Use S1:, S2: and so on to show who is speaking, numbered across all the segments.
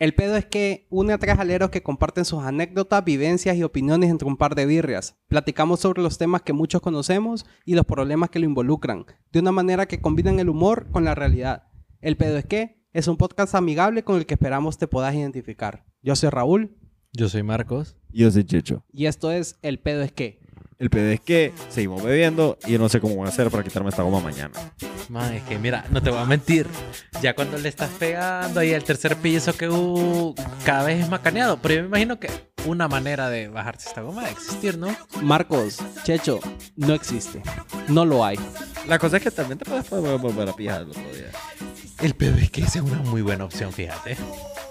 S1: El pedo es que une a tres aleros que comparten sus anécdotas, vivencias y opiniones entre un par de birrias. Platicamos sobre los temas que muchos conocemos y los problemas que lo involucran, de una manera que combinan el humor con la realidad. El pedo es que es un podcast amigable con el que esperamos te puedas identificar. Yo soy Raúl
S2: Yo soy Marcos.
S3: Yo soy Checho.
S1: y esto es El pedo es que.
S3: El pedo es que seguimos bebiendo y yo no sé cómo voy a hacer para quitarme esta goma mañana.
S2: Man, es que mira, no te voy a mentir. Ya cuando le estás pegando ahí al tercer piso que uh, cada vez es más caneado. Pero yo me imagino que una manera de bajarse esta goma de existir, ¿no?
S1: Marcos, Checho, no existe. No lo hay.
S3: La cosa es que también te puedes poder volver a pijar el otro día.
S2: El pedo es que esa es una muy buena opción, fíjate.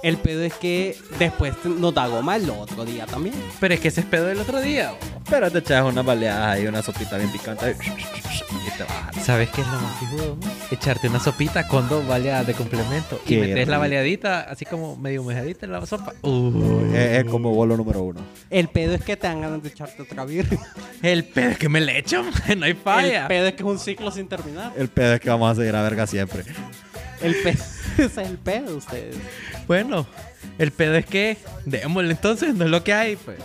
S1: El pedo es que después nos da goma el otro día también.
S2: Pero es que ese es pedo del otro día. bo.
S3: Pero te echas unas baleadas y una sopita bien picante y te bajas.
S2: ¿Sabes qué es lo más fijudo? man? Echarte una sopita con dos baleadas de complemento.
S3: Qué
S2: y metes la
S3: rico.
S2: baleadita así como medio mojadita en la sopa. Uh,
S3: Es, es como bolo número uno.
S1: El pedo es que te dan ganas de echarte otra birria.
S2: el pedo es que me le echo, man, no hay
S1: El
S2: falla.
S1: pedo es que es un ciclo sin terminar.
S3: El pedo es que vamos a seguir a verga siempre.
S1: El pedo ese es el pedo, ustedes.
S2: Bueno, el pedo es que, démosle entonces, no es lo que hay, pues.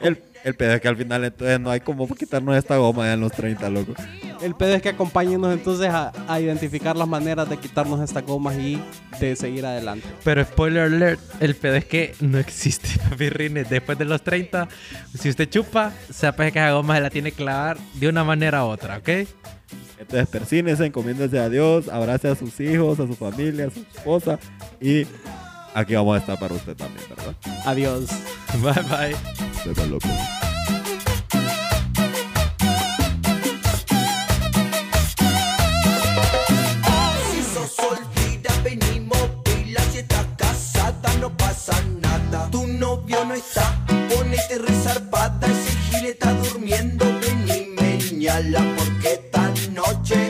S3: El, el pedo es que al final entonces no hay como quitarnos esta goma ya en los 30, loco.
S1: El pedo es que acompáñenos entonces a, a identificar las maneras de quitarnos estas gomas y de seguir adelante.
S2: Pero spoiler alert, el pedo es que no existe papirrines después de los 30. Si usted chupa, sepa que esa goma se la tiene que clavar de una manera u otra, ¿ok?
S3: Entonces persínense, encomiéndese a Dios, abrace a sus hijos, a su familia, a su esposa y aquí vamos a estar para usted también, ¿verdad?
S1: Adiós.
S2: Bye bye.
S3: Usted está loco.
S4: Si sos soltera, venimos pila. Si estás casada, no pasa nada. Tu novio no está, ponete resarpada. Ese gil está durmiendo, ven y meñala. Porque esta noche